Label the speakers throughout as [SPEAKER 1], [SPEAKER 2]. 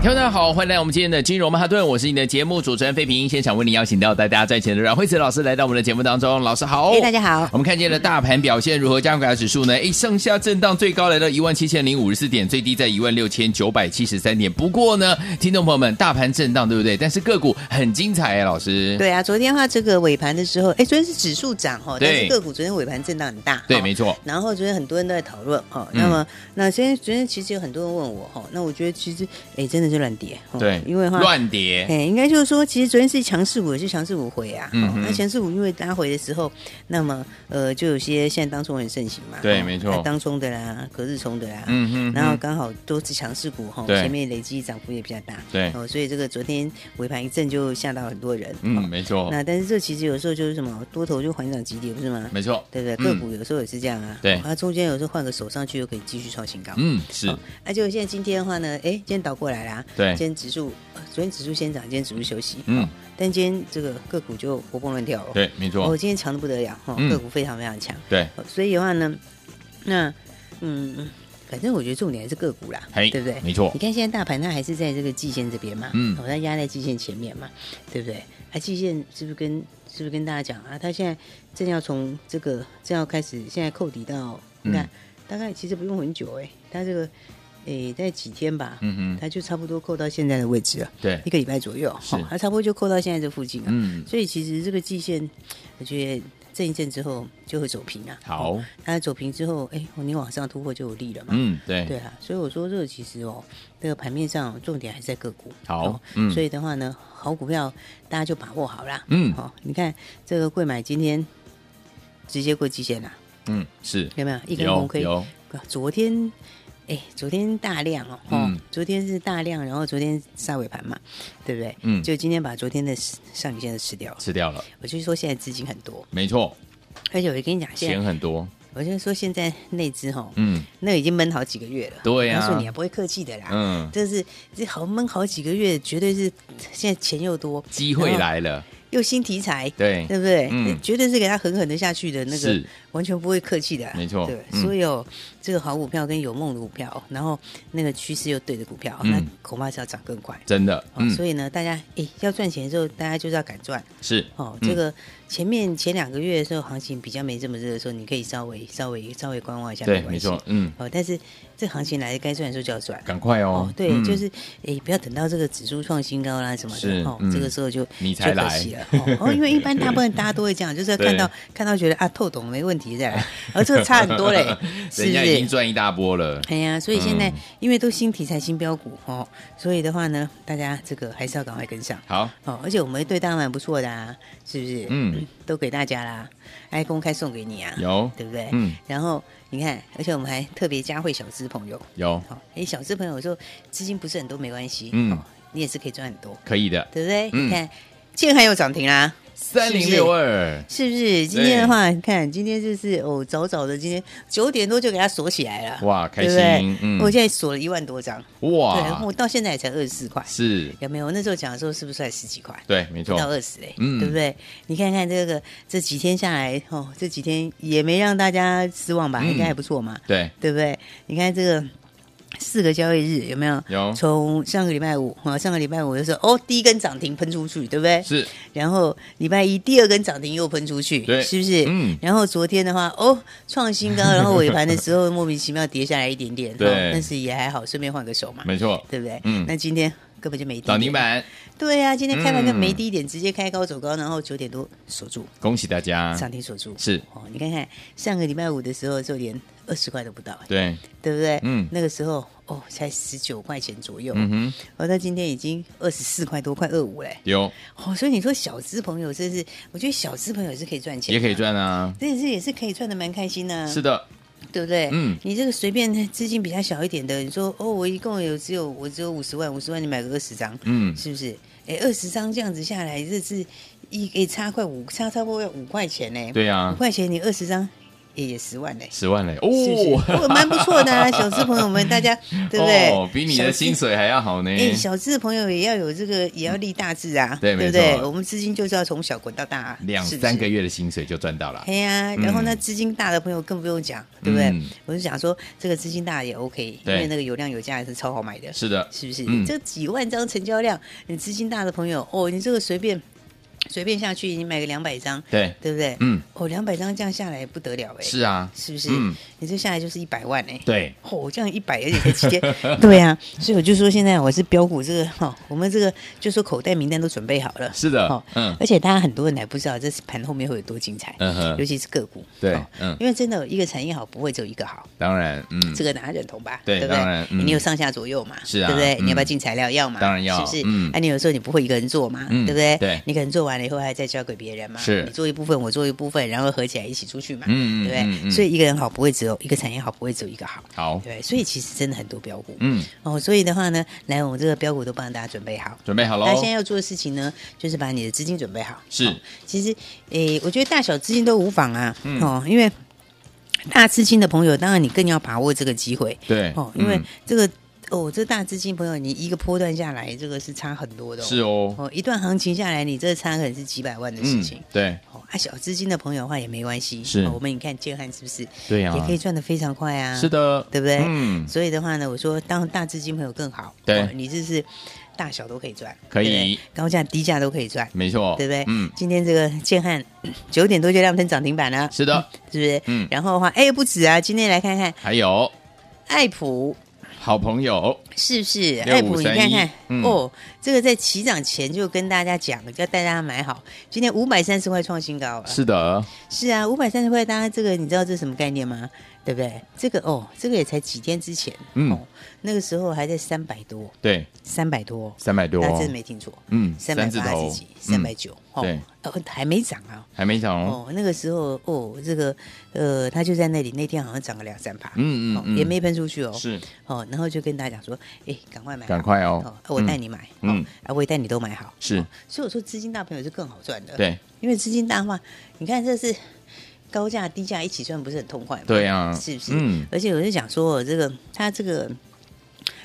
[SPEAKER 1] 听众大家好，欢迎来到我们今天的金融曼哈顿，我是你的节目主持人费平。现场为您邀请到带大家赚钱的阮慧慈老师来到我们的节目当中，老师好，
[SPEAKER 2] 哎大家好
[SPEAKER 1] 我们看见了大盘表现如何，加权指数呢？哎，上下震荡，最高来到一万七千零五十四点，最低在一万六千九百七十三点。不过呢，听众朋友们，大盘震荡对不对？但是个股很精彩哎，老师，
[SPEAKER 2] 对啊，昨天的话这个尾盘的时候，哎，昨天是指数涨哈，但
[SPEAKER 1] 对
[SPEAKER 2] 是个股昨天尾盘震荡很大，
[SPEAKER 1] 对
[SPEAKER 2] 哈
[SPEAKER 1] 没错
[SPEAKER 2] 然后昨天很多人都在讨论哈，
[SPEAKER 1] 嗯
[SPEAKER 2] 那么那今天昨天其实有很多人问我哈，那我觉得其实哎真的是乱跌，哈
[SPEAKER 1] 对，
[SPEAKER 2] 因为的话
[SPEAKER 1] 乱跌，
[SPEAKER 2] 哎，应该就是说，其实昨天是强势股，也是强势股回啊。
[SPEAKER 1] 嗯
[SPEAKER 2] 哦
[SPEAKER 1] 哼
[SPEAKER 2] 那强势股因为拉回的时候，那么呃，就有些现在当冲很盛行嘛。
[SPEAKER 1] 对
[SPEAKER 2] 哦
[SPEAKER 1] 没错
[SPEAKER 2] 那当冲的啦，隔日冲的啦。
[SPEAKER 1] 嗯哼
[SPEAKER 2] 然后刚好都是强势股哈，
[SPEAKER 1] 对
[SPEAKER 2] 前面累积涨幅也比较大。
[SPEAKER 1] 对
[SPEAKER 2] 哦，所以这个昨天尾盘一震就吓到很多人。
[SPEAKER 1] 嗯，
[SPEAKER 2] 哦
[SPEAKER 1] 没错，
[SPEAKER 2] 那但是这其实有时候就是什么多头就缓涨急跌，不是吗？
[SPEAKER 1] 没错，
[SPEAKER 2] 对不对？
[SPEAKER 1] 嗯
[SPEAKER 2] 个股有时候也是这样啊。
[SPEAKER 1] 对
[SPEAKER 2] 哦它中间有时候换个手上去就可以继续创新高。
[SPEAKER 1] 嗯，是
[SPEAKER 2] 哦，那、结果现在今天的话呢，哎，今天倒过来啦，
[SPEAKER 1] 对
[SPEAKER 2] 今天指数，呃昨天指数先涨，今天指数休息，
[SPEAKER 1] 嗯
[SPEAKER 2] 哦，但今天这个个股就活蹦乱跳了，，
[SPEAKER 1] 对，没
[SPEAKER 2] 哦，
[SPEAKER 1] 错，
[SPEAKER 2] 今天强的不得了，哈、
[SPEAKER 1] 嗯
[SPEAKER 2] 个股非常非常强，
[SPEAKER 1] 对，
[SPEAKER 2] 哦所以的话呢，那，嗯，反正我觉得重点还是个股啦，
[SPEAKER 1] 嘿
[SPEAKER 2] 对不对？
[SPEAKER 1] 没错
[SPEAKER 2] 你看现在大盘它还是在这个季线这边嘛，
[SPEAKER 1] 嗯
[SPEAKER 2] 哦，它压在季线前面嘛，对不对？啊，季线是不是跟是不是跟大家讲啊？它现在正要从这个正要开始，现在扣底到你看，
[SPEAKER 1] 嗯
[SPEAKER 2] 大概其实不用很久哎、它这个诶在几天吧，
[SPEAKER 1] 嗯哼，
[SPEAKER 2] 它就差不多扣到现在的位置了，
[SPEAKER 1] 对
[SPEAKER 2] 一，个礼拜左右，
[SPEAKER 1] 是
[SPEAKER 2] 哦它差不多就扣到现在这附近了。
[SPEAKER 1] 嗯，
[SPEAKER 2] 所以其实这个季线，我觉得震一震之后就会走平啊。
[SPEAKER 1] 好
[SPEAKER 2] 哦，它走平之后，哎，你往上突破就有力了嘛。
[SPEAKER 1] 嗯，对，
[SPEAKER 2] 对啊，所以我说这个其实哦，这个盘面上重点还是在个股。
[SPEAKER 1] 好
[SPEAKER 2] 哦
[SPEAKER 1] 嗯
[SPEAKER 2] 所以的话呢，好股票大家就把握好啦。
[SPEAKER 1] 嗯
[SPEAKER 2] 哦，你看这个贵买今天直接过极限啦，
[SPEAKER 1] 嗯，是，
[SPEAKER 2] 有没有？一根红
[SPEAKER 1] 有
[SPEAKER 2] 可以。
[SPEAKER 1] 有，
[SPEAKER 2] 昨天，哎，昨天大量哦，
[SPEAKER 1] 嗯
[SPEAKER 2] 哦昨天是大量，然后昨天杀尾盘嘛，对不对？
[SPEAKER 1] 嗯
[SPEAKER 2] 就今天把昨天的上影线都吃掉了。
[SPEAKER 1] 吃掉了，
[SPEAKER 2] 我就说现在资金很多，
[SPEAKER 1] 没错，
[SPEAKER 2] 而且我跟你讲，现
[SPEAKER 1] 钱
[SPEAKER 2] 在
[SPEAKER 1] 很多，
[SPEAKER 2] 我就说现在内资哈，
[SPEAKER 1] 嗯
[SPEAKER 2] 那已经闷好几个月了。
[SPEAKER 1] 对啊
[SPEAKER 2] 他说你还不会客气的啦。
[SPEAKER 1] 嗯，
[SPEAKER 2] 这是这好闷好几个月，绝对是现在钱又多，
[SPEAKER 1] 机会
[SPEAKER 2] 然后
[SPEAKER 1] 来了，
[SPEAKER 2] 又新题材，
[SPEAKER 1] 对
[SPEAKER 2] 对不对？
[SPEAKER 1] 嗯
[SPEAKER 2] 绝对是给他狠狠的下去的那个
[SPEAKER 1] 是，
[SPEAKER 2] 完全不会客气的啊、
[SPEAKER 1] 没错
[SPEAKER 2] 对，
[SPEAKER 1] 嗯
[SPEAKER 2] 所以哦，这个好股票跟有梦的股票，然后那个趋势又对的股票，
[SPEAKER 1] 嗯
[SPEAKER 2] 那恐怕是要涨更快。
[SPEAKER 1] 真的，
[SPEAKER 2] 哦
[SPEAKER 1] 嗯，
[SPEAKER 2] 所以呢，大家诶要赚钱的时候，大家就是要敢赚
[SPEAKER 1] 是
[SPEAKER 2] 哦。
[SPEAKER 1] 嗯
[SPEAKER 2] 这个前面前两个月的时候，行情比较没这么热的时候，你可以稍微稍微稍微观望一下，
[SPEAKER 1] 对，
[SPEAKER 2] 关
[SPEAKER 1] 没
[SPEAKER 2] 系
[SPEAKER 1] 错，嗯，
[SPEAKER 2] 哦，但是这行情来该赚的时候就要赚。
[SPEAKER 1] 赶快哦
[SPEAKER 2] 哦，，对，
[SPEAKER 1] 嗯
[SPEAKER 2] 就是诶，不要等到这个指数创新高啦什么
[SPEAKER 1] 是
[SPEAKER 2] 的，哦
[SPEAKER 1] 嗯，
[SPEAKER 2] 这个时候就
[SPEAKER 1] 你
[SPEAKER 2] 就
[SPEAKER 1] 才
[SPEAKER 2] 可
[SPEAKER 1] 来，
[SPEAKER 2] 惜了，哦，哦因为一般大部分大家都会这样，就是看到看到觉得啊透懂没问题再来，而这个差很多嘞是
[SPEAKER 1] 人
[SPEAKER 2] 不
[SPEAKER 1] 家已经
[SPEAKER 2] 是？
[SPEAKER 1] 赚一大波了，
[SPEAKER 2] 哎呀，所以现在
[SPEAKER 1] 嗯
[SPEAKER 2] 因为都新题材、新标股哦，所以的话呢，大家这个还是要赶快跟上
[SPEAKER 1] 好，
[SPEAKER 2] 哦。而且我们对大蛮不错的啊，是不是？
[SPEAKER 1] 嗯，
[SPEAKER 2] 都给大家啦，还公开送给你啊，
[SPEAKER 1] 有
[SPEAKER 2] 对不对？
[SPEAKER 1] 嗯，
[SPEAKER 2] 然后你看，而且我们还特别加惠小资朋友，
[SPEAKER 1] 有，
[SPEAKER 2] 好，哎，小资朋友说资金不是很多没关系，
[SPEAKER 1] 嗯
[SPEAKER 2] 哦，你也是可以赚很多，
[SPEAKER 1] 可以的，
[SPEAKER 2] 对不对？
[SPEAKER 1] 嗯
[SPEAKER 2] 你看，建汉又涨停啦，
[SPEAKER 1] 三零六二，
[SPEAKER 2] 是不是？今天的话，你看今天就是哦，早早的，今天九点多就给它锁起来了，
[SPEAKER 1] 哇，开
[SPEAKER 2] 对不对
[SPEAKER 1] 心，？嗯，
[SPEAKER 2] 我现在锁了一万多张，对，
[SPEAKER 1] 哇
[SPEAKER 2] 我，到现在也才二十四块，
[SPEAKER 1] 是，
[SPEAKER 2] 有没有？我那时候讲的时候是不是才十几块？
[SPEAKER 1] 对，没
[SPEAKER 2] 不
[SPEAKER 1] 错，
[SPEAKER 2] 到二十嘞，
[SPEAKER 1] 嗯
[SPEAKER 2] 对不对？你看看这个这几天下来，哦，这几天也没让大家失望吧？
[SPEAKER 1] 嗯
[SPEAKER 2] 应该还不错嘛，
[SPEAKER 1] 对，
[SPEAKER 2] 对不对？你看这个四个交易日有没有？
[SPEAKER 1] 有
[SPEAKER 2] 从上个礼拜五啊，上个礼拜五的时候，哦，第一根涨停喷出去，对不对？
[SPEAKER 1] 是，
[SPEAKER 2] 然后礼拜一第二根涨停又喷出去，
[SPEAKER 1] 对
[SPEAKER 2] 是不是？
[SPEAKER 1] 嗯
[SPEAKER 2] 然后昨天的话，哦，创 新高，然后尾盘的时候莫名其妙跌下来一点点，
[SPEAKER 1] 对
[SPEAKER 2] 哦但是也还好，顺便换个手嘛，
[SPEAKER 1] 没错，
[SPEAKER 2] 对不对？
[SPEAKER 1] 嗯
[SPEAKER 2] 那今天根本就没低点
[SPEAKER 1] 涨停板，
[SPEAKER 2] 对啊，今天开盘跟
[SPEAKER 1] 嗯
[SPEAKER 2] 没低点，直接开高走高，然后九点多锁住
[SPEAKER 1] 恭喜大家，
[SPEAKER 2] 涨停锁住。
[SPEAKER 1] 啊是
[SPEAKER 2] 哦，你看看上个礼拜五的时候就连二十块都不到，哎
[SPEAKER 1] 对，
[SPEAKER 2] 对不对？
[SPEAKER 1] 嗯
[SPEAKER 2] 那个时候哦才十九块钱左右，
[SPEAKER 1] 嗯哼，
[SPEAKER 2] 哦，那今天已经二十四块多，快二五嘞。
[SPEAKER 1] 有，
[SPEAKER 2] 哦，所以你说小资朋友真是，我觉得小资朋友也是可以赚钱，
[SPEAKER 1] 也可以，赚啊，
[SPEAKER 2] 但是也是可以赚的蛮开心呢、啊。
[SPEAKER 1] 是的，
[SPEAKER 2] 对不对？
[SPEAKER 1] 嗯
[SPEAKER 2] 你这个随便资金比较小一点的，你说哦，我一共有只有我只有五十万，五十万你买个二十张，
[SPEAKER 1] 嗯，
[SPEAKER 2] 是不是？哎，二十张这样子下来，这是一诶差快五差差不多要五块钱呢。
[SPEAKER 1] 对
[SPEAKER 2] 五
[SPEAKER 1] 啊，
[SPEAKER 2] 块钱你二十张也也十万嘞。
[SPEAKER 1] 十万嘞，
[SPEAKER 2] 是不 是？
[SPEAKER 1] 哦，
[SPEAKER 2] 我蛮不错的啊，小资朋友们，大家对不对？
[SPEAKER 1] 哦，比你的薪水还要好呢。
[SPEAKER 2] 哎、小资的朋友也要有这个，也要立大志啊，
[SPEAKER 1] 嗯对
[SPEAKER 2] 不
[SPEAKER 1] 没
[SPEAKER 2] 对？
[SPEAKER 1] 错
[SPEAKER 2] 我们资金就是要从小滚到大、啊，
[SPEAKER 1] 两
[SPEAKER 2] 是不
[SPEAKER 1] 三
[SPEAKER 2] 是
[SPEAKER 1] 个月的薪水就赚到了。
[SPEAKER 2] 嘿呀、
[SPEAKER 1] 嗯
[SPEAKER 2] 然后那资金大的朋友更不用讲，对不对？
[SPEAKER 1] 嗯
[SPEAKER 2] 我就想说，这个资金大也 OK，因
[SPEAKER 1] 对
[SPEAKER 2] 为那个有量有价也是超好买的，
[SPEAKER 1] 是的，
[SPEAKER 2] 是不是？
[SPEAKER 1] 嗯
[SPEAKER 2] 你这几万张成交量，你资金大的朋友，哦，你这个随便随便下去，你买个两百张，
[SPEAKER 1] 对，
[SPEAKER 2] 对不对？
[SPEAKER 1] 嗯，
[SPEAKER 2] 哦，两百张这样下来不得了哎、
[SPEAKER 1] 是啊，
[SPEAKER 2] 是不是？
[SPEAKER 1] 嗯
[SPEAKER 2] 你这下来就是一百万哎、
[SPEAKER 1] 对，
[SPEAKER 2] 哦，这样一百而且才七天， 对啊，所以我就说现在我是标股这个哈、哦，我们这个就说口袋名单都准备好了，
[SPEAKER 1] 是的
[SPEAKER 2] 哦，
[SPEAKER 1] 嗯
[SPEAKER 2] 而且大家很多人还不知道这盘后面会有多精彩，
[SPEAKER 1] 嗯哼
[SPEAKER 2] 尤其是个股，
[SPEAKER 1] 对
[SPEAKER 2] 哦
[SPEAKER 1] 嗯
[SPEAKER 2] 因为真的一个产业好不会只有一个好，
[SPEAKER 1] 当然，嗯，
[SPEAKER 2] 这个大家认同吧？
[SPEAKER 1] 对
[SPEAKER 2] 不
[SPEAKER 1] 当然
[SPEAKER 2] 对？
[SPEAKER 1] 嗯
[SPEAKER 2] 你有上下左右嘛？
[SPEAKER 1] 是啊
[SPEAKER 2] 对不对？
[SPEAKER 1] 嗯
[SPEAKER 2] 你要不要进材料？要嘛？
[SPEAKER 1] 当然要
[SPEAKER 2] 是不
[SPEAKER 1] 嗯
[SPEAKER 2] 是？哎，你有时候你不会一个人做嘛？
[SPEAKER 1] 嗯
[SPEAKER 2] 对不对？
[SPEAKER 1] 对
[SPEAKER 2] 你可能做完了以后还再交给别人嘛？
[SPEAKER 1] 是
[SPEAKER 2] 你做一部分，我做一部分，然后合起来一起出去嘛？
[SPEAKER 1] 嗯嗯
[SPEAKER 2] 对不
[SPEAKER 1] 嗯嗯
[SPEAKER 2] 对？所以一个人好不会只有一个产业好，不会只有一个好。
[SPEAKER 1] 好，
[SPEAKER 2] 对，所以其实真的很多标股，
[SPEAKER 1] 嗯，
[SPEAKER 2] 哦，所以的话呢，来我们这个标股都帮大家准备好。
[SPEAKER 1] 准备好喽哦
[SPEAKER 2] 那。现在要做的事情呢，就是把你的资金准备好。
[SPEAKER 1] 是
[SPEAKER 2] 哦其实诶，我觉得大小资金都无妨啊，
[SPEAKER 1] 嗯
[SPEAKER 2] 哦，因为大资金的朋友，当然你更要把握这个机会，
[SPEAKER 1] 对
[SPEAKER 2] 哦，因为
[SPEAKER 1] 嗯
[SPEAKER 2] 这个、哦，这大资金朋友，你一个波段下来，这个是差很多的、哦，
[SPEAKER 1] 是哦，
[SPEAKER 2] 哦，一段行情下来，你这差可能是几百万的事
[SPEAKER 1] 嗯
[SPEAKER 2] 情。，
[SPEAKER 1] 对，
[SPEAKER 2] 哦，啊，小资金的朋友的话也没关系，
[SPEAKER 1] 是
[SPEAKER 2] 哦我们你看建汉是不是
[SPEAKER 1] 对呀
[SPEAKER 2] 也可以赚得非常快啊？
[SPEAKER 1] 是的，
[SPEAKER 2] 对不对？
[SPEAKER 1] 嗯，
[SPEAKER 2] 所以的话呢，我说当大资金朋友更好，
[SPEAKER 1] 对
[SPEAKER 2] 哦你这是大小都可以赚，
[SPEAKER 1] 可以
[SPEAKER 2] 对不对高价低价都可以赚，
[SPEAKER 1] 没错，
[SPEAKER 2] 对不对？
[SPEAKER 1] 嗯，
[SPEAKER 2] 今天这个建汉九点多就亮灯涨停板了，
[SPEAKER 1] 是的，
[SPEAKER 2] 是不是？
[SPEAKER 1] 嗯
[SPEAKER 2] 然后的话，哎，不止啊，今天来看看
[SPEAKER 1] 还有
[SPEAKER 2] 爱普
[SPEAKER 1] 好朋友，
[SPEAKER 2] 是不是？
[SPEAKER 1] 6531
[SPEAKER 2] 爱普，你看看、
[SPEAKER 1] 嗯
[SPEAKER 2] 哦，这个在起涨前就跟大家讲，要带大家买好，今天五百三十块创新高了，啊
[SPEAKER 1] 是的，
[SPEAKER 2] 是啊，五百三十块，大家这个你知道这是什么概念吗？对不对？这个哦，这个也才几天之前，
[SPEAKER 1] 嗯
[SPEAKER 2] 哦，那个时候还在三百多，
[SPEAKER 1] 对，
[SPEAKER 2] 三百多，
[SPEAKER 1] 三百多
[SPEAKER 2] 大，家真的没听错，
[SPEAKER 1] 嗯，
[SPEAKER 2] 三百
[SPEAKER 1] 三字
[SPEAKER 2] 八
[SPEAKER 1] 头
[SPEAKER 2] 十几，，三百
[SPEAKER 1] 嗯，
[SPEAKER 2] 九，
[SPEAKER 1] 对
[SPEAKER 2] 哦，哦，还没涨啊，
[SPEAKER 1] 还没涨哦，
[SPEAKER 2] 哦，那个时候哦，这个呃，他就在那里，那天好像涨了两三趴，
[SPEAKER 1] 嗯嗯
[SPEAKER 2] 哦
[SPEAKER 1] 嗯
[SPEAKER 2] 也没喷出去哦，
[SPEAKER 1] 是，
[SPEAKER 2] 哦，然后就跟大家讲说，哎，赶快买好，
[SPEAKER 1] 赶快哦
[SPEAKER 2] 啊我带你买，
[SPEAKER 1] 嗯
[SPEAKER 2] 嗯，啊，我也带你都买好，
[SPEAKER 1] 是
[SPEAKER 2] 哦所以我说资金大朋友是更好赚的，。
[SPEAKER 1] 对，
[SPEAKER 2] 因为资金大的话，你看这是高价低价一起赚，不是很痛快吗？
[SPEAKER 1] 对啊
[SPEAKER 2] 哦是不是？
[SPEAKER 1] 嗯
[SPEAKER 2] 而且我就想说，这个他这个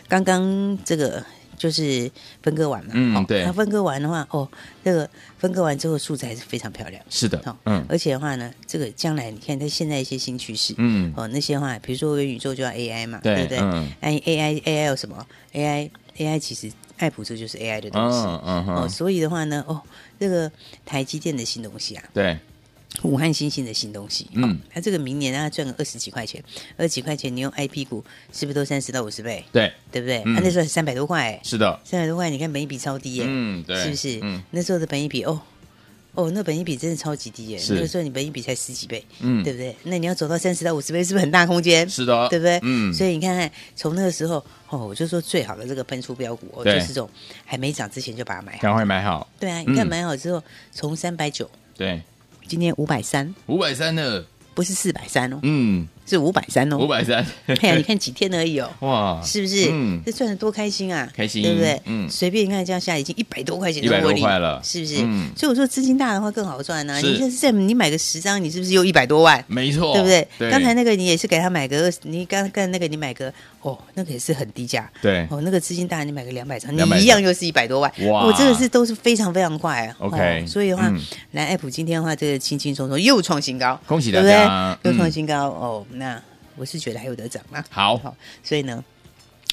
[SPEAKER 2] 刚刚这个就是分割完嘛，
[SPEAKER 1] 嗯
[SPEAKER 2] 哦
[SPEAKER 1] 对
[SPEAKER 2] 那分割完的话，哦，这个分割完之后素材是非常漂亮，
[SPEAKER 1] 是的
[SPEAKER 2] 哦，，
[SPEAKER 1] 嗯
[SPEAKER 2] 而且的话呢，这个将来你看它现在一些新趋势，
[SPEAKER 1] 嗯，
[SPEAKER 2] 哦，那些话，比如说元宇宙就要 AI 嘛，
[SPEAKER 1] 对
[SPEAKER 2] 不对？
[SPEAKER 1] 嗯
[SPEAKER 2] 哎 i AI AI 有什么？AI AI 其实爱普这就是 AI 的东西，
[SPEAKER 1] 嗯嗯
[SPEAKER 2] 哦，
[SPEAKER 1] 哼，
[SPEAKER 2] 所以的话呢，哦，这个台积电的新东西啊，
[SPEAKER 1] 对，
[SPEAKER 2] 武汉新兴的新东西，
[SPEAKER 1] 嗯
[SPEAKER 2] 哦，它这个明年让它赚个二十几块钱，二十几块钱你用 IP 股是不是都三十到五十倍，
[SPEAKER 1] 对，
[SPEAKER 2] 对不对？
[SPEAKER 1] 嗯
[SPEAKER 2] 啊，那时候三百多块，
[SPEAKER 1] 是的，
[SPEAKER 2] 三百多块，你看本一比超低耶，
[SPEAKER 1] 嗯，对，
[SPEAKER 2] 是不是？
[SPEAKER 1] 嗯，
[SPEAKER 2] 那时候的本一比哦。哦，那本一比真的超级低耶！
[SPEAKER 1] 是
[SPEAKER 2] 那个时候你本一比才十几倍，
[SPEAKER 1] 嗯
[SPEAKER 2] 对不对？那你要走到三十到五十倍，是不是很大空间？
[SPEAKER 1] 是的，
[SPEAKER 2] 对不对？
[SPEAKER 1] 嗯，
[SPEAKER 2] 所以你看看，从那个时候哦，我就说最好的这个喷出标股，哦，就
[SPEAKER 1] 对
[SPEAKER 2] 是这种还没涨之前就把它买好。
[SPEAKER 1] 赶快买好，
[SPEAKER 2] 对啊，你看
[SPEAKER 1] 嗯
[SPEAKER 2] 买好之后，从三百九，
[SPEAKER 1] 对，
[SPEAKER 2] 今天五百三，
[SPEAKER 1] 五百三的，
[SPEAKER 2] 不是四百三哦，
[SPEAKER 1] 嗯，
[SPEAKER 2] 是五百三哦。
[SPEAKER 1] 五百三，
[SPEAKER 2] 哎呀，你看几天而已哦，
[SPEAKER 1] 哇，
[SPEAKER 2] 是不是？
[SPEAKER 1] 嗯
[SPEAKER 2] 这赚的多开心啊！
[SPEAKER 1] 开心
[SPEAKER 2] 对不对？
[SPEAKER 1] 嗯
[SPEAKER 2] 随便你看这样下来已经一百多块钱的
[SPEAKER 1] 100
[SPEAKER 2] 获利
[SPEAKER 1] 多块了
[SPEAKER 2] 是不是？
[SPEAKER 1] 嗯
[SPEAKER 2] 所以我说资金大的话更好赚啊！
[SPEAKER 1] 是哦
[SPEAKER 2] 你这是在你买个十张，你是不是又一百多万？
[SPEAKER 1] 没错，
[SPEAKER 2] 对不对？刚才那个你也是给他买个二十，你刚刚那个你买个哦，那个也是很低价。
[SPEAKER 1] 对
[SPEAKER 2] 哦，那个资金大，你买个两百张，你
[SPEAKER 1] 200张
[SPEAKER 2] 一样又是一百多万。
[SPEAKER 1] 哇
[SPEAKER 2] 我这个是都是非常非常快啊。
[SPEAKER 1] OK，
[SPEAKER 2] 哦所以的话
[SPEAKER 1] 嗯，
[SPEAKER 2] 来爱普今天的话，这个轻轻松松又创新高，
[SPEAKER 1] 恭喜
[SPEAKER 2] 对
[SPEAKER 1] 大
[SPEAKER 2] 不
[SPEAKER 1] 家
[SPEAKER 2] 对？又创
[SPEAKER 1] 嗯
[SPEAKER 2] 新高哦，那我是觉得还有得涨嘛。
[SPEAKER 1] 好
[SPEAKER 2] 好，所以呢。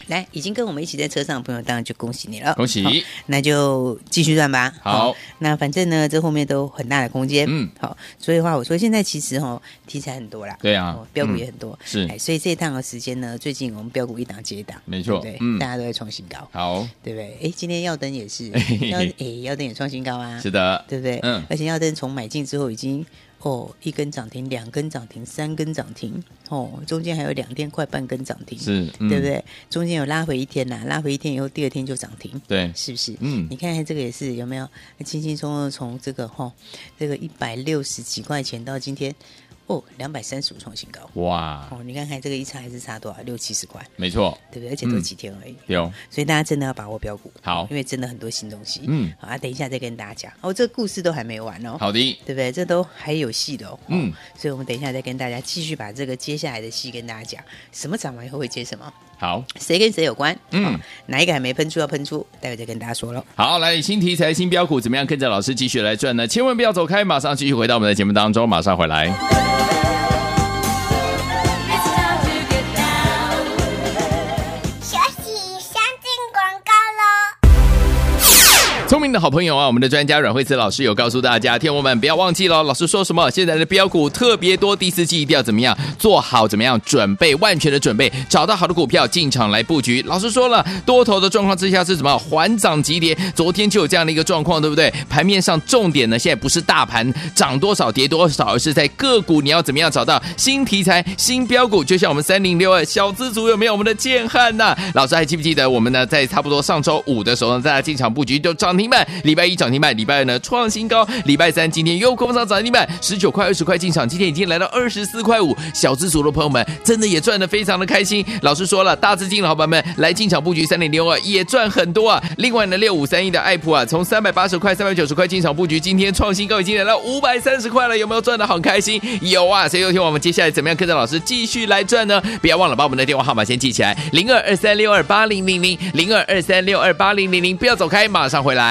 [SPEAKER 2] 来，已经跟我们一起在车上的朋友，当然就恭喜你了，
[SPEAKER 1] 恭喜
[SPEAKER 2] 好那就继续赚吧。哦
[SPEAKER 1] 好
[SPEAKER 2] 那反正呢，这后面都很大的空间，
[SPEAKER 1] 嗯，
[SPEAKER 2] 好，所以的话，我说现在其实哦，题材很多啦，
[SPEAKER 1] 对啊
[SPEAKER 2] 哦标股
[SPEAKER 1] 嗯
[SPEAKER 2] 也很多，
[SPEAKER 1] 是
[SPEAKER 2] 哎，所以这一趟的时间呢，最近我们标股一档接一档，
[SPEAKER 1] 没错
[SPEAKER 2] 对不对，
[SPEAKER 1] 嗯
[SPEAKER 2] 大家都在创新高，
[SPEAKER 1] 好，
[SPEAKER 2] 对不对？哎，今天耀登也是
[SPEAKER 1] 嘿嘿，
[SPEAKER 2] 耀哎耀登也创新高啊，
[SPEAKER 1] 是的，
[SPEAKER 2] 对不对？
[SPEAKER 1] 嗯
[SPEAKER 2] 而且耀登从买进之后已经哦一根涨停，两根涨停，三根涨停，哦，中间还有两天快半根涨停，
[SPEAKER 1] 是，嗯
[SPEAKER 2] 对不？对？中间有拉回一天呐、拉回一天以后，第二天就涨停，
[SPEAKER 1] 对，
[SPEAKER 2] 是不是？
[SPEAKER 1] 嗯
[SPEAKER 2] 你看看这个也是有没有轻轻松松从这个吼、这个一百六十几块钱到今天。哦，两百三十五创新高。
[SPEAKER 1] 哇，
[SPEAKER 2] 哦，你看看这个一差还是差多少，六七十块，
[SPEAKER 1] 没错，
[SPEAKER 2] 对不对？而且都几天而已。
[SPEAKER 1] 有
[SPEAKER 2] 所以大家真的要把握标股，
[SPEAKER 1] 嗯好
[SPEAKER 2] 因为真的很多新东西。
[SPEAKER 1] 嗯
[SPEAKER 2] 好啊，等一下再跟大家讲。哦，这个故事都还没完哦，
[SPEAKER 1] 好的，
[SPEAKER 2] 对不对？这都还有戏的哦。
[SPEAKER 1] 嗯
[SPEAKER 2] 哦，所以我们等一下再跟大家继续把这个接下来的戏跟大家讲，什么涨完以后会接什么，
[SPEAKER 1] 好，
[SPEAKER 2] 谁跟谁有关，
[SPEAKER 1] 嗯
[SPEAKER 2] 哦哪一个还没喷出要喷出，待会再跟大家说喽。
[SPEAKER 1] 好，来新题材、新标股，怎么样跟着老师继续来赚呢？千万不要走开，马上继续回到我们的节目当中，马上回来。
[SPEAKER 3] It's time to get down.
[SPEAKER 4] 学习先进广告喽。
[SPEAKER 1] 聪明的好朋友啊，我们的专家阮慧慈老师有告诉大家，天友们不要忘记了，老师说什么？现在的标股特别多，第四季一定要怎么样做好？怎么样准备万全的准备，找到好的股票进场来布局。老师说了，多头的状况之下是什么？缓涨急跌，昨天就有这样的一个状况，对不对？盘面上重点呢，现在不是大盘涨多少跌多少，而是在个股你要怎么样找到新题材、新标股。就像我们三零六二小资族有没有我们的建汉呐、老师还记不记得我们呢，在差不多上周五的时候呢，大家进场布局就涨停板，礼拜一涨停板，礼拜二呢创新高，礼拜三今天又攻上涨停板，十九块、二十块进场，今天已经来到二十四块五。小资族的朋友们真的也赚得非常的开心。老师说了，大资金的老板们来进场布局三零六二也赚很多啊。另外呢，六五三一的爱普啊，从三百八十块、三百九十块进场布局，今天创新高已经来到五百三十块了，有没有赚的很开心？有啊，所以有天我们接下来怎么样跟着老师继续来赚呢？不要忘了把我们的电话号码先记起来，零二二三六二八零零零零二二三六二八零零零，不要走开，马上回来。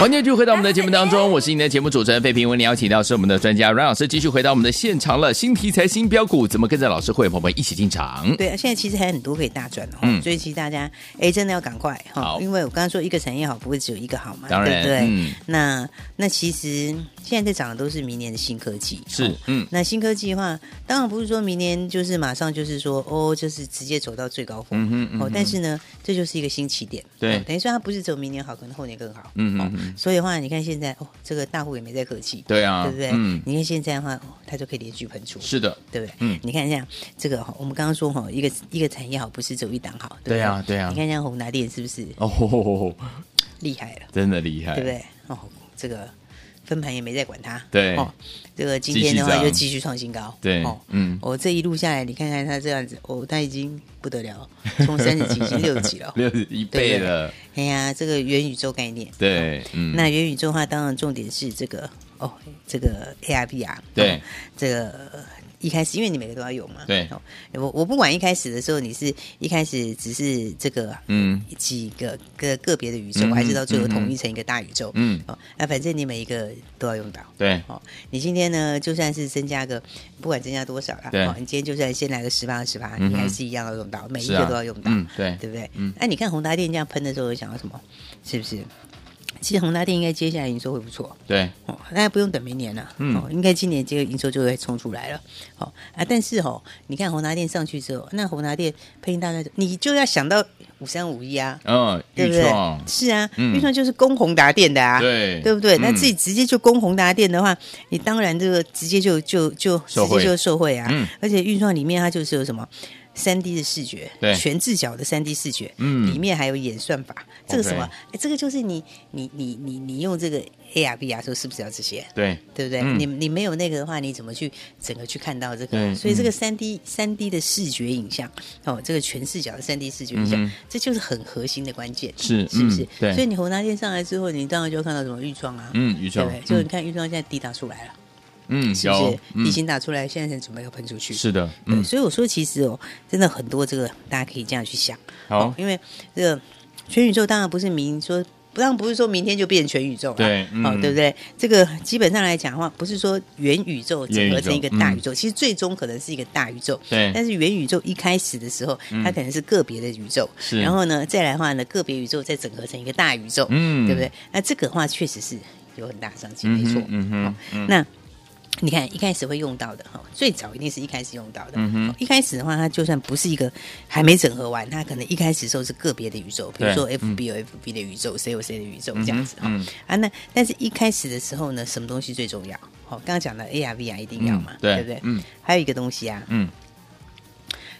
[SPEAKER 1] 欢迎继续回到我们的节目当中，我是你的节目主持人费平。为你邀请到是我们的专家阮老师，继续回到我们的现场了。新题材、新标股，怎么跟着老师会员朋友们一起进场？
[SPEAKER 2] 对啊，现在其实还很多可以大赚哦，
[SPEAKER 1] 嗯
[SPEAKER 2] 所以其实大家哎真的要赶快哈
[SPEAKER 1] 好，
[SPEAKER 2] 因为我刚刚说一个产业好不会只有一个好嘛，
[SPEAKER 1] 当然
[SPEAKER 2] 对不对？
[SPEAKER 1] 嗯
[SPEAKER 2] 那那其实现在在涨的都是明年的新科技，
[SPEAKER 1] 是
[SPEAKER 2] 哦，
[SPEAKER 1] 嗯，
[SPEAKER 2] 那新科技的话，当然不是说明年就是马上就是说哦，就是直接走到最高峰，
[SPEAKER 1] 嗯哼嗯哼
[SPEAKER 2] 哦，但是呢，这就是一个新起点，
[SPEAKER 1] 对
[SPEAKER 2] 哦等于说它不是只有明年好，可能后年更好，
[SPEAKER 1] 嗯
[SPEAKER 2] 哦
[SPEAKER 1] 嗯嗯
[SPEAKER 2] 所以的话，你看现在哦，这个大户也没在客气，
[SPEAKER 1] 对啊
[SPEAKER 2] 对不对？
[SPEAKER 1] 嗯
[SPEAKER 2] 你看现在的话，哦，它就可以连续喷出，
[SPEAKER 1] 是的，
[SPEAKER 2] 对不对？
[SPEAKER 1] 嗯
[SPEAKER 2] 你看一下这个，我们刚刚说哈，一个一个产业好，不是只有一档好，不
[SPEAKER 1] 对啊对啊
[SPEAKER 2] 你看像宏达电是不是
[SPEAKER 1] 哦吼吼吼吼，
[SPEAKER 2] 厉害了，
[SPEAKER 1] 真的厉害，
[SPEAKER 2] 对不？对？哦，这个分盘也没在管它，
[SPEAKER 1] 对
[SPEAKER 2] 哦，这个今
[SPEAKER 1] 继
[SPEAKER 2] 天的
[SPEAKER 1] 续
[SPEAKER 2] 话
[SPEAKER 1] 涨
[SPEAKER 2] 就继续创新高，
[SPEAKER 1] 对
[SPEAKER 2] 哦，
[SPEAKER 1] 嗯，
[SPEAKER 2] 哦，这一路下来，你看看它这样子，哦，它已经不得了，从三十几已经六十几了
[SPEAKER 1] 六十一倍了，
[SPEAKER 2] 哎呀，这个元宇宙概念，
[SPEAKER 1] 对，嗯，
[SPEAKER 2] 那元宇宙的话，当然重点是这个哦，这个 AR VR，
[SPEAKER 1] 对
[SPEAKER 2] 哦 这个。呃一开始，因为你每个都要有嘛，
[SPEAKER 1] 对
[SPEAKER 2] 哦我我不管一开始的时候，你是一开始只是这个
[SPEAKER 1] 嗯
[SPEAKER 2] 几个个个别的宇宙，
[SPEAKER 1] 嗯哼
[SPEAKER 2] 还是到最后统一成一个大宇宙，
[SPEAKER 1] 嗯
[SPEAKER 2] 哦，那反正你每一个都要用到，
[SPEAKER 1] 对
[SPEAKER 2] 哦，你今天呢，就算是增加个，不管增加多少啦，
[SPEAKER 1] 对
[SPEAKER 2] 哦，你今天就算先来个十八十八，
[SPEAKER 1] 嗯哼
[SPEAKER 2] 你还是一样要用到，每一
[SPEAKER 1] 是
[SPEAKER 2] 个
[SPEAKER 1] 啊
[SPEAKER 2] 都要用到，
[SPEAKER 1] 嗯对
[SPEAKER 2] 对不对？
[SPEAKER 1] 嗯
[SPEAKER 2] 那你看宏达电这样喷的时候，有想到什么？是不是？其实宏达电应该接下来营收会不错，
[SPEAKER 1] 对，
[SPEAKER 2] 哦，大家不用等明年了，
[SPEAKER 1] 嗯
[SPEAKER 2] 哦，应该今年这个营收就会冲出来了，哦啊，但是哦，你看宏达电上去之后，那宏达电配音大概你就要想到五三五一啊，
[SPEAKER 1] 嗯，
[SPEAKER 2] 对
[SPEAKER 1] 预
[SPEAKER 2] 不对
[SPEAKER 1] 创？，
[SPEAKER 2] 是啊，
[SPEAKER 1] 嗯
[SPEAKER 2] 预算就是供宏达电的啊，
[SPEAKER 1] 对
[SPEAKER 2] 对不对？
[SPEAKER 1] 嗯
[SPEAKER 2] 那自己直接就供宏达电的话，你当然这个直接就就就
[SPEAKER 1] 受
[SPEAKER 2] 直
[SPEAKER 1] 惠
[SPEAKER 2] 接就受惠啊
[SPEAKER 1] 嗯，
[SPEAKER 2] 而且预算里面它就是有什么。三 D 的视觉，
[SPEAKER 1] 对
[SPEAKER 2] 全视角的三 D 视觉，
[SPEAKER 1] 嗯
[SPEAKER 2] 里面还有演算法，这个什么
[SPEAKER 1] OK？
[SPEAKER 2] 哎这个就是你你你你你用这个 AR VR 的时候啊是不是要这些？
[SPEAKER 1] 对，
[SPEAKER 2] 对不对？
[SPEAKER 1] 嗯
[SPEAKER 2] 你你没有那个的话，你怎么去整个去看到这
[SPEAKER 1] 对
[SPEAKER 2] 个？啊所以
[SPEAKER 1] 嗯
[SPEAKER 2] 这个三 D 三 D 的视觉影像，哦，这个全视角的三 D 视觉影像，
[SPEAKER 1] 嗯哼
[SPEAKER 2] 这就是很核心的关键，
[SPEAKER 1] 是
[SPEAKER 2] 是不是
[SPEAKER 1] 嗯？对
[SPEAKER 2] 所以你宏达电上来之后，你当然就看到什么预创啊，
[SPEAKER 1] 嗯，预
[SPEAKER 2] 对
[SPEAKER 1] 创
[SPEAKER 2] 不对？，就你看预创现在底打出来了，
[SPEAKER 1] 嗯，嗯
[SPEAKER 2] 是不
[SPEAKER 1] 有
[SPEAKER 2] 是，？
[SPEAKER 1] 嗯
[SPEAKER 2] 底薪打出来，现在才准备要喷出去，
[SPEAKER 1] 是的，
[SPEAKER 2] 对，
[SPEAKER 1] 嗯，
[SPEAKER 2] 所以我说，其实哦，真的很多这个大家可以这样去想，
[SPEAKER 1] 好
[SPEAKER 2] 哦，因为这个全宇宙当然不是明说。当然不是说明天就变全宇宙了，
[SPEAKER 1] 对嗯
[SPEAKER 2] 哦，对不对？这个基本上来讲的话，不是说元宇宙整合成一个大宇宙，其实最终可能是一个大宇宙。
[SPEAKER 1] 嗯对嗯
[SPEAKER 2] 但是元宇宙一开始的时候，它可能是个别的宇宙，
[SPEAKER 1] 是
[SPEAKER 2] 然后呢，再来的话呢，个别宇宙再整合成一个大宇宙，
[SPEAKER 1] 嗯
[SPEAKER 2] 对不对？那这个的话确实是有很大的商机，
[SPEAKER 1] 嗯
[SPEAKER 2] 没
[SPEAKER 1] 哼
[SPEAKER 2] 错，
[SPEAKER 1] 嗯哼嗯
[SPEAKER 2] 那你看一开始会用到的哈，最早一定是一开始用到的。哦
[SPEAKER 1] 嗯哼
[SPEAKER 2] 一开始的话，它就算不是一个还没整合完，它可能一开始的时候是个别的宇宙，比如说
[SPEAKER 1] 对嗯
[SPEAKER 2] FB 有 FB 的宇宙，谁有谁的宇宙
[SPEAKER 1] 嗯哼
[SPEAKER 2] 这样子哈。
[SPEAKER 1] 嗯
[SPEAKER 2] 啊，那但是一开始的时候呢，什么东西最重要？好，刚刚讲的 AR、VR 啊一定要嘛
[SPEAKER 1] 嗯，对
[SPEAKER 2] 不对？
[SPEAKER 1] 嗯，
[SPEAKER 2] 还有一个东西啊，
[SPEAKER 1] 嗯，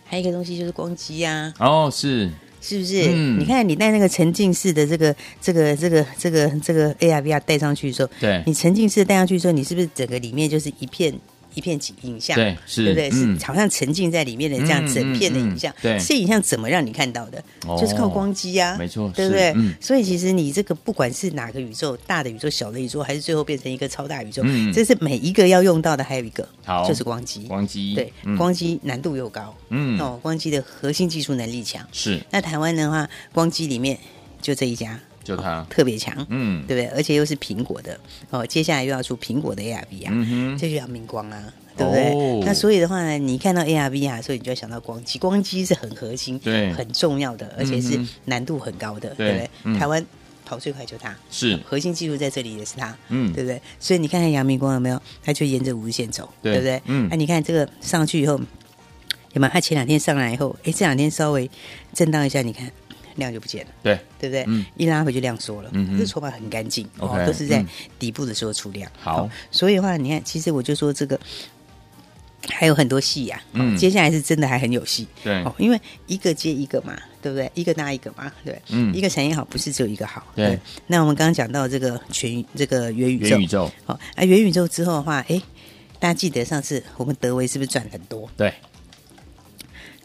[SPEAKER 2] 还有一个东西就是光机啊，
[SPEAKER 1] 哦，是，
[SPEAKER 2] 是不是？
[SPEAKER 1] 嗯
[SPEAKER 2] 你看你戴那个沉浸式的这个这个这个这个这个 AR VR 戴上去的时候，
[SPEAKER 1] 对
[SPEAKER 2] 你沉浸式戴上去的时候，你是不是整个里面就是一片？一片景影像，
[SPEAKER 1] 对是
[SPEAKER 2] 对不对？是
[SPEAKER 1] 嗯
[SPEAKER 2] 好像沉浸在里面的这样
[SPEAKER 1] 嗯
[SPEAKER 2] 整片的影像
[SPEAKER 1] 嗯，嗯对
[SPEAKER 2] 这些影像怎么让你看到的？
[SPEAKER 1] 哦
[SPEAKER 2] 就是靠光机啊，
[SPEAKER 1] 没错
[SPEAKER 2] 对不
[SPEAKER 1] 是
[SPEAKER 2] 对
[SPEAKER 1] 嗯？
[SPEAKER 2] 所以其实你这个不管是哪个宇宙，大的宇宙、小的宇宙，还是最后变成一个超大宇宙
[SPEAKER 1] 嗯，
[SPEAKER 2] 这是每一个要用到的。还有一个
[SPEAKER 1] 好
[SPEAKER 2] 就是光机，
[SPEAKER 1] 光机，
[SPEAKER 2] 对
[SPEAKER 1] 嗯，
[SPEAKER 2] 光机难度又高，
[SPEAKER 1] 嗯
[SPEAKER 2] 哦，光机的核心技术能力强，
[SPEAKER 1] 是，
[SPEAKER 2] 那台湾的话，光机里面就这一家
[SPEAKER 1] 就它，
[SPEAKER 2] 特别强，
[SPEAKER 1] 嗯，
[SPEAKER 2] 对不对？而且又是苹果的哦，接下来又要出苹果的 ARV 啊，
[SPEAKER 1] 嗯哼，
[SPEAKER 2] 这就叫明光啊，对不对？
[SPEAKER 1] 哦
[SPEAKER 2] 那所以的话呢，你看到 ARV 啊，所以你就要想到光机，光机是很核心、
[SPEAKER 1] 对
[SPEAKER 2] 很重要的，而且是
[SPEAKER 1] 嗯哼
[SPEAKER 2] 难度很高的，
[SPEAKER 1] 对
[SPEAKER 2] 对不对？
[SPEAKER 1] 嗯
[SPEAKER 2] 台湾跑最快就它。
[SPEAKER 1] 是，
[SPEAKER 2] 核心技术在这里也是它，
[SPEAKER 1] 嗯
[SPEAKER 2] 对不对？所以你看看阳明光有没有，它就沿着五日线走，
[SPEAKER 1] 对
[SPEAKER 2] 不对？
[SPEAKER 1] 嗯
[SPEAKER 2] 那、你看这个上去以后，有没有？它啊前两天上来以后，哎，这两天稍微震荡一下，你看量就不见了。
[SPEAKER 1] 对，
[SPEAKER 2] 对不对？
[SPEAKER 1] 嗯
[SPEAKER 2] 一拉回就量缩了，
[SPEAKER 1] 嗯哼
[SPEAKER 2] 这筹码很干净哦
[SPEAKER 1] OK，
[SPEAKER 2] 都是在
[SPEAKER 1] 嗯
[SPEAKER 2] 底部的时候出量。
[SPEAKER 1] 好
[SPEAKER 2] 哦所以的话，你看，其实我就说这个还有很多戏呀、哦
[SPEAKER 1] 嗯
[SPEAKER 2] 接下来是真的还很有戏。
[SPEAKER 1] 对
[SPEAKER 2] 哦，因为一个接一个嘛，对不对？一个搭一个嘛，对，
[SPEAKER 1] 嗯
[SPEAKER 2] 一个产业好不是只有一个好，
[SPEAKER 1] 对。
[SPEAKER 2] 那我们刚刚讲到这个全这个元宇宙，
[SPEAKER 1] 元宇宙，
[SPEAKER 2] 好、啊，元宇宙之后的话，哎，大家记得上次我们德维是不是赚很多，
[SPEAKER 1] 对，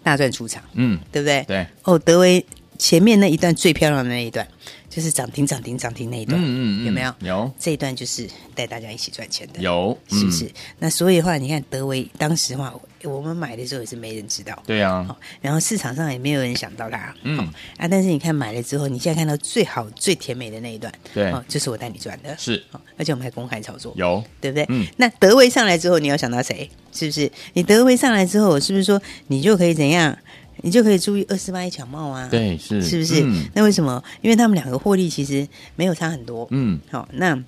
[SPEAKER 2] 大赚出场，
[SPEAKER 1] 嗯，
[SPEAKER 2] 对不对？
[SPEAKER 1] 对，
[SPEAKER 2] 哦，德维前面那一段最漂亮的那一段，就是涨停涨停涨停那一段，
[SPEAKER 1] 嗯嗯嗯，
[SPEAKER 2] 有没有？
[SPEAKER 1] 有
[SPEAKER 2] 这一段就是带大家一起赚钱的，
[SPEAKER 1] 有，
[SPEAKER 2] 是不
[SPEAKER 1] 嗯
[SPEAKER 2] 是？？那所以的话，你看德维当时的话，我们买的时候也是没人知道，哦
[SPEAKER 1] 对啊，
[SPEAKER 2] 然后市场上也没有人想到它，
[SPEAKER 1] 嗯
[SPEAKER 2] 哦啊，但是你看买了之后，你现在看到最好最甜美的那一段，
[SPEAKER 1] 对
[SPEAKER 2] 哦，就是我带你赚的，
[SPEAKER 1] 是
[SPEAKER 2] 哦，而且我们还公开操作，
[SPEAKER 1] 有，
[SPEAKER 2] 对不对？
[SPEAKER 1] 嗯
[SPEAKER 2] 那德维上来之后，你要想到谁？是不是？你德维上来之后，是不是说你就可以怎样？你就可以注意二四八一强茂啊，，
[SPEAKER 1] 对，是，
[SPEAKER 2] 是不是？
[SPEAKER 1] 嗯
[SPEAKER 2] 那为什么？因为他们两个获利其实没有差很多，
[SPEAKER 1] 嗯，
[SPEAKER 2] 好、那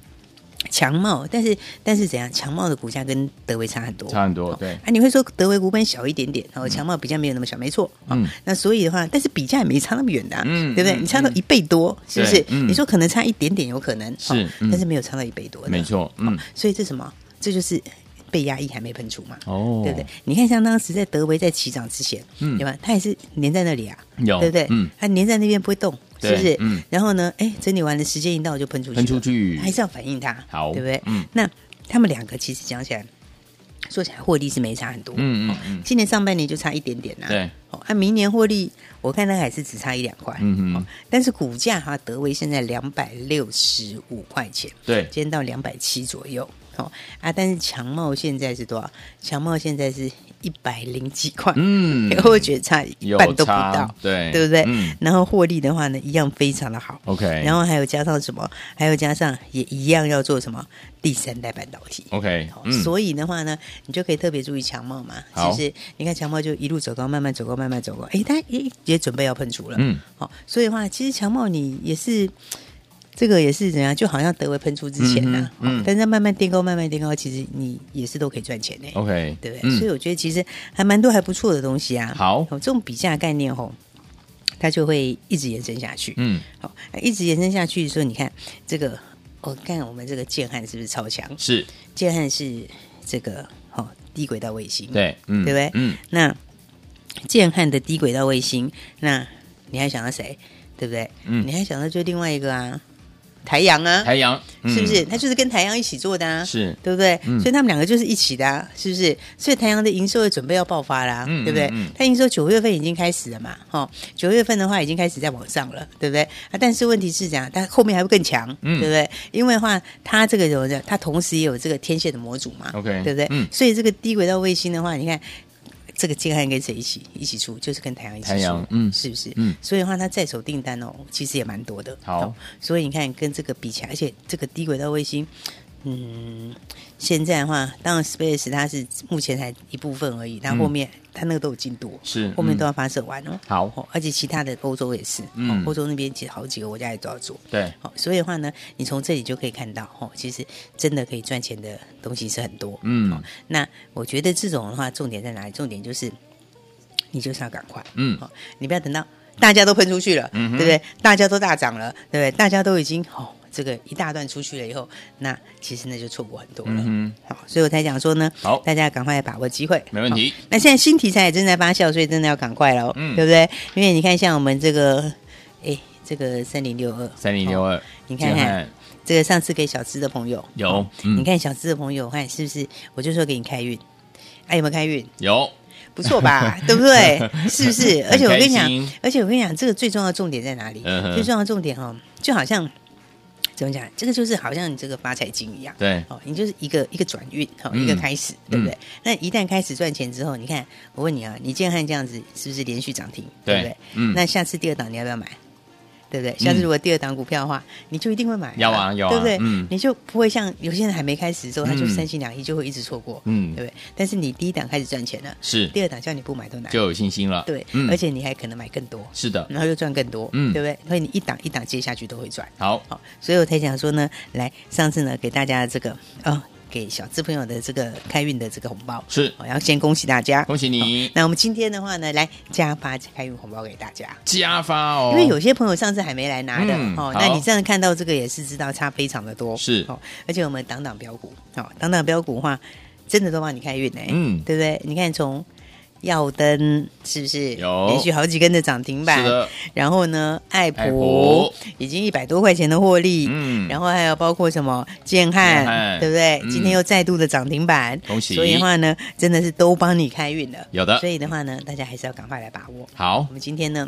[SPEAKER 2] 强茂，但是但是怎样？强茂的股价跟德维差很多，
[SPEAKER 1] 差很多
[SPEAKER 2] 哦
[SPEAKER 1] 对
[SPEAKER 2] 啊，你会说德维股本小一点点，哦，强茂比价没有那么小，没错，哦
[SPEAKER 1] 嗯
[SPEAKER 2] 那所以的话，但是比价也没差那么远的、啊，
[SPEAKER 1] 嗯
[SPEAKER 2] 对不对？
[SPEAKER 1] 嗯
[SPEAKER 2] 你差到一倍多，是不是
[SPEAKER 1] 对？嗯
[SPEAKER 2] 你说可能差一点点，有可能
[SPEAKER 1] 是嗯
[SPEAKER 2] 但是没有差到一倍多的，
[SPEAKER 1] 没错，嗯，
[SPEAKER 2] 哦所以这什么？这就是被压抑还没喷出嘛。
[SPEAKER 1] 哦，
[SPEAKER 2] 对不对？你看，像当时在德维在起涨之前，
[SPEAKER 1] 嗯
[SPEAKER 2] 对吧？它也是粘在那里啊，
[SPEAKER 1] 有
[SPEAKER 2] 对不对？
[SPEAKER 1] 嗯，
[SPEAKER 2] 它粘在那边不会动，是不
[SPEAKER 1] 对
[SPEAKER 2] 是？
[SPEAKER 1] 嗯
[SPEAKER 2] 然后呢，哎，整理完了，时间一到就喷出去了，
[SPEAKER 1] 喷出去
[SPEAKER 2] 还是要反映它，
[SPEAKER 1] 好
[SPEAKER 2] 对不对？
[SPEAKER 1] 嗯
[SPEAKER 2] 那他们两个其实讲起来，说起来获利是没差很多，哦
[SPEAKER 1] 嗯嗯嗯，
[SPEAKER 2] 今年上半年就差一点点啦、
[SPEAKER 1] 对，
[SPEAKER 2] 哦，那、明年获利，我看它还是只差一两块，哦
[SPEAKER 1] 嗯哼，
[SPEAKER 2] 但是股价哈、德维现在两百六十五块钱，
[SPEAKER 1] 对
[SPEAKER 2] 今天到两百七左右。哦啊，但是强茂现在是多少？强茂现在是一百零几块，
[SPEAKER 1] 嗯
[SPEAKER 2] 我会觉得差一
[SPEAKER 1] 有
[SPEAKER 2] 半都不
[SPEAKER 1] 差
[SPEAKER 2] 到，
[SPEAKER 1] 对
[SPEAKER 2] 对不对？
[SPEAKER 1] 嗯
[SPEAKER 2] 然后获利的话呢，一样非常的好。
[SPEAKER 1] ，OK，
[SPEAKER 2] 然后还有加上什么？还有加上也一样要做什么？第三代半导体。
[SPEAKER 1] OK，
[SPEAKER 2] 哦
[SPEAKER 1] 嗯，
[SPEAKER 2] 所以的话呢，你就可以特别注意强茂嘛，是
[SPEAKER 1] 好
[SPEAKER 2] 不是？你看强茂就一路走高，慢慢走高，慢慢走高，哎，它也也准备要喷出了，
[SPEAKER 1] 嗯，
[SPEAKER 2] 好、所以的话，其实强茂你也是。这个也是怎样，就好像德维喷出之前呐、啊，
[SPEAKER 1] 嗯嗯嗯
[SPEAKER 2] 哦但是它慢慢垫高，慢慢垫高，其实你也是都可以赚钱的、
[SPEAKER 1] OK，
[SPEAKER 2] 哎对不对？
[SPEAKER 1] 嗯
[SPEAKER 2] 所以我觉得其实还蛮多还不错的东西啊。
[SPEAKER 1] 好
[SPEAKER 2] 哦这种比价概念吼，它就会一直延伸下去。
[SPEAKER 1] 嗯，
[SPEAKER 2] 好、一直延伸下去的时候，你看这个，我、看我们这个建汉是不是超强？
[SPEAKER 1] 是
[SPEAKER 2] 建汉是这个哦低轨道卫星，，
[SPEAKER 1] 对，嗯，
[SPEAKER 2] 对不对
[SPEAKER 1] 嗯，
[SPEAKER 2] 那建汉的低轨道卫星，那你还想到谁？对不对？
[SPEAKER 1] 嗯
[SPEAKER 2] 你还想到就另外一个啊，台阳啊，
[SPEAKER 1] 台阳
[SPEAKER 2] 是不是？？他就是跟台阳一起做的啊，
[SPEAKER 1] 嗯是，
[SPEAKER 2] 对不对？
[SPEAKER 1] 嗯
[SPEAKER 2] 所以他们两个就是一起的、啊，是不是？所以台阳的营收也准备要爆发啦、
[SPEAKER 1] 嗯
[SPEAKER 2] 对不对？
[SPEAKER 1] 嗯嗯
[SPEAKER 2] 它营收九月份已经开始了嘛，哈、九月份的话已经开始在往上了，对不对？啊，但是问题是这样，它后面还会更强，
[SPEAKER 1] 嗯
[SPEAKER 2] 对不对？因为的话，它这个有着，它同时也有这个天线的模组嘛
[SPEAKER 1] OK，
[SPEAKER 2] 对不对？
[SPEAKER 1] 嗯
[SPEAKER 2] 所以这个低轨道卫星的话，你看。这个建汉跟谁一起一起出，就是跟台阳一起出，
[SPEAKER 1] 台阳嗯
[SPEAKER 2] 是不是？
[SPEAKER 1] 嗯
[SPEAKER 2] 所以的话，它在手订单哦，其实也蛮多的。
[SPEAKER 1] 好
[SPEAKER 2] 哦所以你看跟这个比起来，而且这个低轨道卫星，嗯，现在的话，当然 Space 它是目前才一部分而已，它后面、它那个都有进度，
[SPEAKER 1] 嗯是
[SPEAKER 2] 后面
[SPEAKER 1] 嗯
[SPEAKER 2] 都要发射完哦。
[SPEAKER 1] 好
[SPEAKER 2] 哦而且其他的欧洲也是，
[SPEAKER 1] 嗯
[SPEAKER 2] 哦欧洲那边其实好几个国家也都要做。
[SPEAKER 1] 对，
[SPEAKER 2] 好、所以的话呢，你从这里就可以看到，哦，其实真的可以赚钱的东西是很多。哦
[SPEAKER 1] 嗯
[SPEAKER 2] 那我觉得这种的话，重点在哪里？重点就是你就是要赶快，
[SPEAKER 1] 嗯
[SPEAKER 2] 哦，你不要等到大家都喷出去了，
[SPEAKER 1] 嗯哼
[SPEAKER 2] 对不对？大家都大涨了，对不对？大家都已经哦，这个一大段出去了以后，那其实那就错过很多了。
[SPEAKER 1] 嗯
[SPEAKER 2] 好，所以我才讲说呢，
[SPEAKER 1] 好
[SPEAKER 2] 大家赶快把握机会，
[SPEAKER 1] 没问题
[SPEAKER 2] 好。那现在新题材也正在发酵，所以真的要赶快喽，
[SPEAKER 1] 嗯
[SPEAKER 2] 对不对？因为你看，像我们这个，哎，这个三零六二，
[SPEAKER 1] 哼，三零六
[SPEAKER 2] 哦，
[SPEAKER 1] 二，
[SPEAKER 2] 你看
[SPEAKER 1] 建
[SPEAKER 2] 看
[SPEAKER 1] 汉
[SPEAKER 2] 这个上次给小资的朋友
[SPEAKER 1] 有，
[SPEAKER 2] 你
[SPEAKER 1] 嗯，
[SPEAKER 2] 看小资的朋友，看是不是？我就说给你开运，哎、有没有开运？
[SPEAKER 1] 有，
[SPEAKER 2] 不 错吧，对不对？哎是不是？而且我跟你
[SPEAKER 1] 很开
[SPEAKER 2] 讲
[SPEAKER 1] 心，
[SPEAKER 2] 而且我跟你讲，这个最重要的重点在哪里？
[SPEAKER 1] 嗯哼
[SPEAKER 2] 最重要的重点哦，就好像怎么讲，这个就是好像你这个发财金一样。
[SPEAKER 1] 对，
[SPEAKER 2] 哦，你就是一个一个转运，好、哦、
[SPEAKER 1] 嗯
[SPEAKER 2] 一个开始，对不对？那一旦开始赚钱之后，你看，我问你啊，你建汉这样子是不是连续涨停，对不
[SPEAKER 1] 对
[SPEAKER 2] 对？
[SPEAKER 1] 嗯
[SPEAKER 2] 那下次第二档你要不要买？对不对？下次如果第二档股票的话，你就一定会买、
[SPEAKER 1] 要啊要啊
[SPEAKER 2] 对不对？
[SPEAKER 1] 嗯
[SPEAKER 2] 你就不会像有些人还没开始之后，他就
[SPEAKER 1] 嗯
[SPEAKER 2] 三心两意，就会一直错过，
[SPEAKER 1] 嗯
[SPEAKER 2] 对不对？但是你第一档开始赚钱了，
[SPEAKER 1] 是
[SPEAKER 2] 第二档叫你不买都难，
[SPEAKER 1] 就有信心了，
[SPEAKER 2] 对，
[SPEAKER 1] 嗯
[SPEAKER 2] 而且你还可能买更多，
[SPEAKER 1] 是的，
[SPEAKER 2] 然后又赚更多，
[SPEAKER 1] 嗯
[SPEAKER 2] 对不对？所以你一档一档接下去都会赚。
[SPEAKER 1] 好，
[SPEAKER 2] 好，所以我才想说呢，来上次呢给大家这个哦，给小资朋友的这个开运的这个红包，
[SPEAKER 1] 是
[SPEAKER 2] 我、要先恭喜大家，
[SPEAKER 1] 恭喜你
[SPEAKER 2] 那我们今天的话呢，来加发开运红包给大家。
[SPEAKER 1] 加发哦，
[SPEAKER 2] 因为有些朋友上次还没来拿的、
[SPEAKER 1] 嗯
[SPEAKER 2] 哦
[SPEAKER 1] 好，
[SPEAKER 2] 那你这样看到这个也是知道差非常的多，
[SPEAKER 1] 是
[SPEAKER 2] 哦，而且我们档档标股哦，档档标股的话，真的都帮你开运呢、
[SPEAKER 1] 嗯
[SPEAKER 2] 对不对？你看从耀灯是不是
[SPEAKER 1] 有
[SPEAKER 2] 连续好几根的涨停板
[SPEAKER 1] 是的，
[SPEAKER 2] 然后呢，爱
[SPEAKER 1] 爱
[SPEAKER 2] 普
[SPEAKER 1] 普
[SPEAKER 2] 已经一百多块钱的获利，
[SPEAKER 1] 嗯
[SPEAKER 2] 然后还有包括什么
[SPEAKER 1] 建
[SPEAKER 2] 建汉，
[SPEAKER 1] 汉
[SPEAKER 2] 对不对？
[SPEAKER 1] 嗯
[SPEAKER 2] 今天又再度的涨停板，
[SPEAKER 1] 恭喜
[SPEAKER 2] 所以的话呢，真的是都帮你开运了，
[SPEAKER 1] 有的
[SPEAKER 2] 所以的话呢，大家还是要赶快来把握。
[SPEAKER 1] 好
[SPEAKER 2] 我，们今天呢，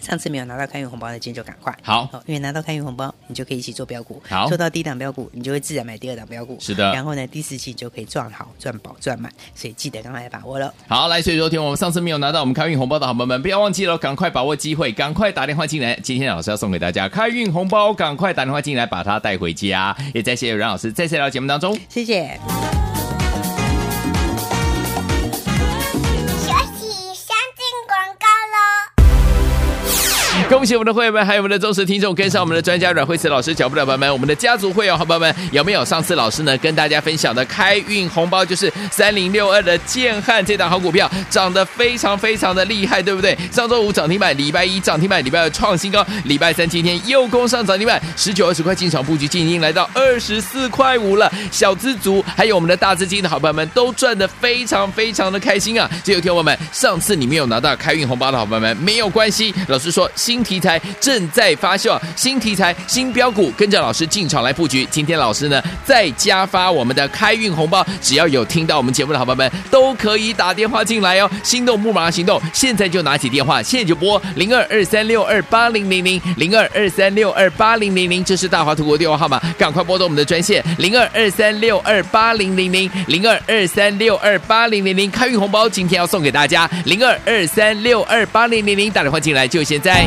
[SPEAKER 2] 上次没有拿到开运红包的，今天就赶快。
[SPEAKER 1] 好，
[SPEAKER 2] 哦，因为拿到开运红包，你就可以一起做标股。
[SPEAKER 1] 好
[SPEAKER 2] 做到第一档标股，你就会自然买第二档标股。
[SPEAKER 1] 是的
[SPEAKER 2] 然后呢，第四期你就可以赚好、赚饱、赚满。所以记得赶快来把握喽。
[SPEAKER 1] 好，来，所以说，听我们上次没有拿到我们开运红包的好朋友们，不要忘记了，赶快把握机会，赶快打电话进来。今天老师要送给大家开运红包，赶快打电话进来把它带回家。也再谢谢阮老师再次来到节目当中。
[SPEAKER 2] 谢谢。
[SPEAKER 4] 学习先进广告喽。
[SPEAKER 1] 恭喜我们的会员们，还有我们的忠实听众，跟上我们的专家阮慧慈老师脚步的朋友们，我们的家族会哦，好朋友们，有没有上次老师呢跟大家分享的开运红包就是三零六二的建汉这档好股票，涨得非常非常的厉害，对不对？上周五涨停板，礼拜一涨停板，礼拜二创新高，礼拜三今天又攻上涨停板，十九二十块进场布局，今天已经来到二十四块五了，小资族还有我们的大资金的好朋友们都赚得非常非常的开心啊！这有天我们上次你没有拿到开运红包的好朋友们没有关系，老师说新题材正在发酵，新题材新标股，跟着老师进场来布局。今天老师呢再加发我们的开运红包，只要有听到我们节目的好朋友们都可以打电话进来哦。心动木马行动，现在就拿起电话，现在就拨零二二三六二八零零零零二二三六二八零零零，这是大华图国电话号码，赶快拨通我们的专线零二二三六二八零零零零二二三六二八零零零，开运红包今天要送给大家零二二三六二八零零零，打电话进来就现在。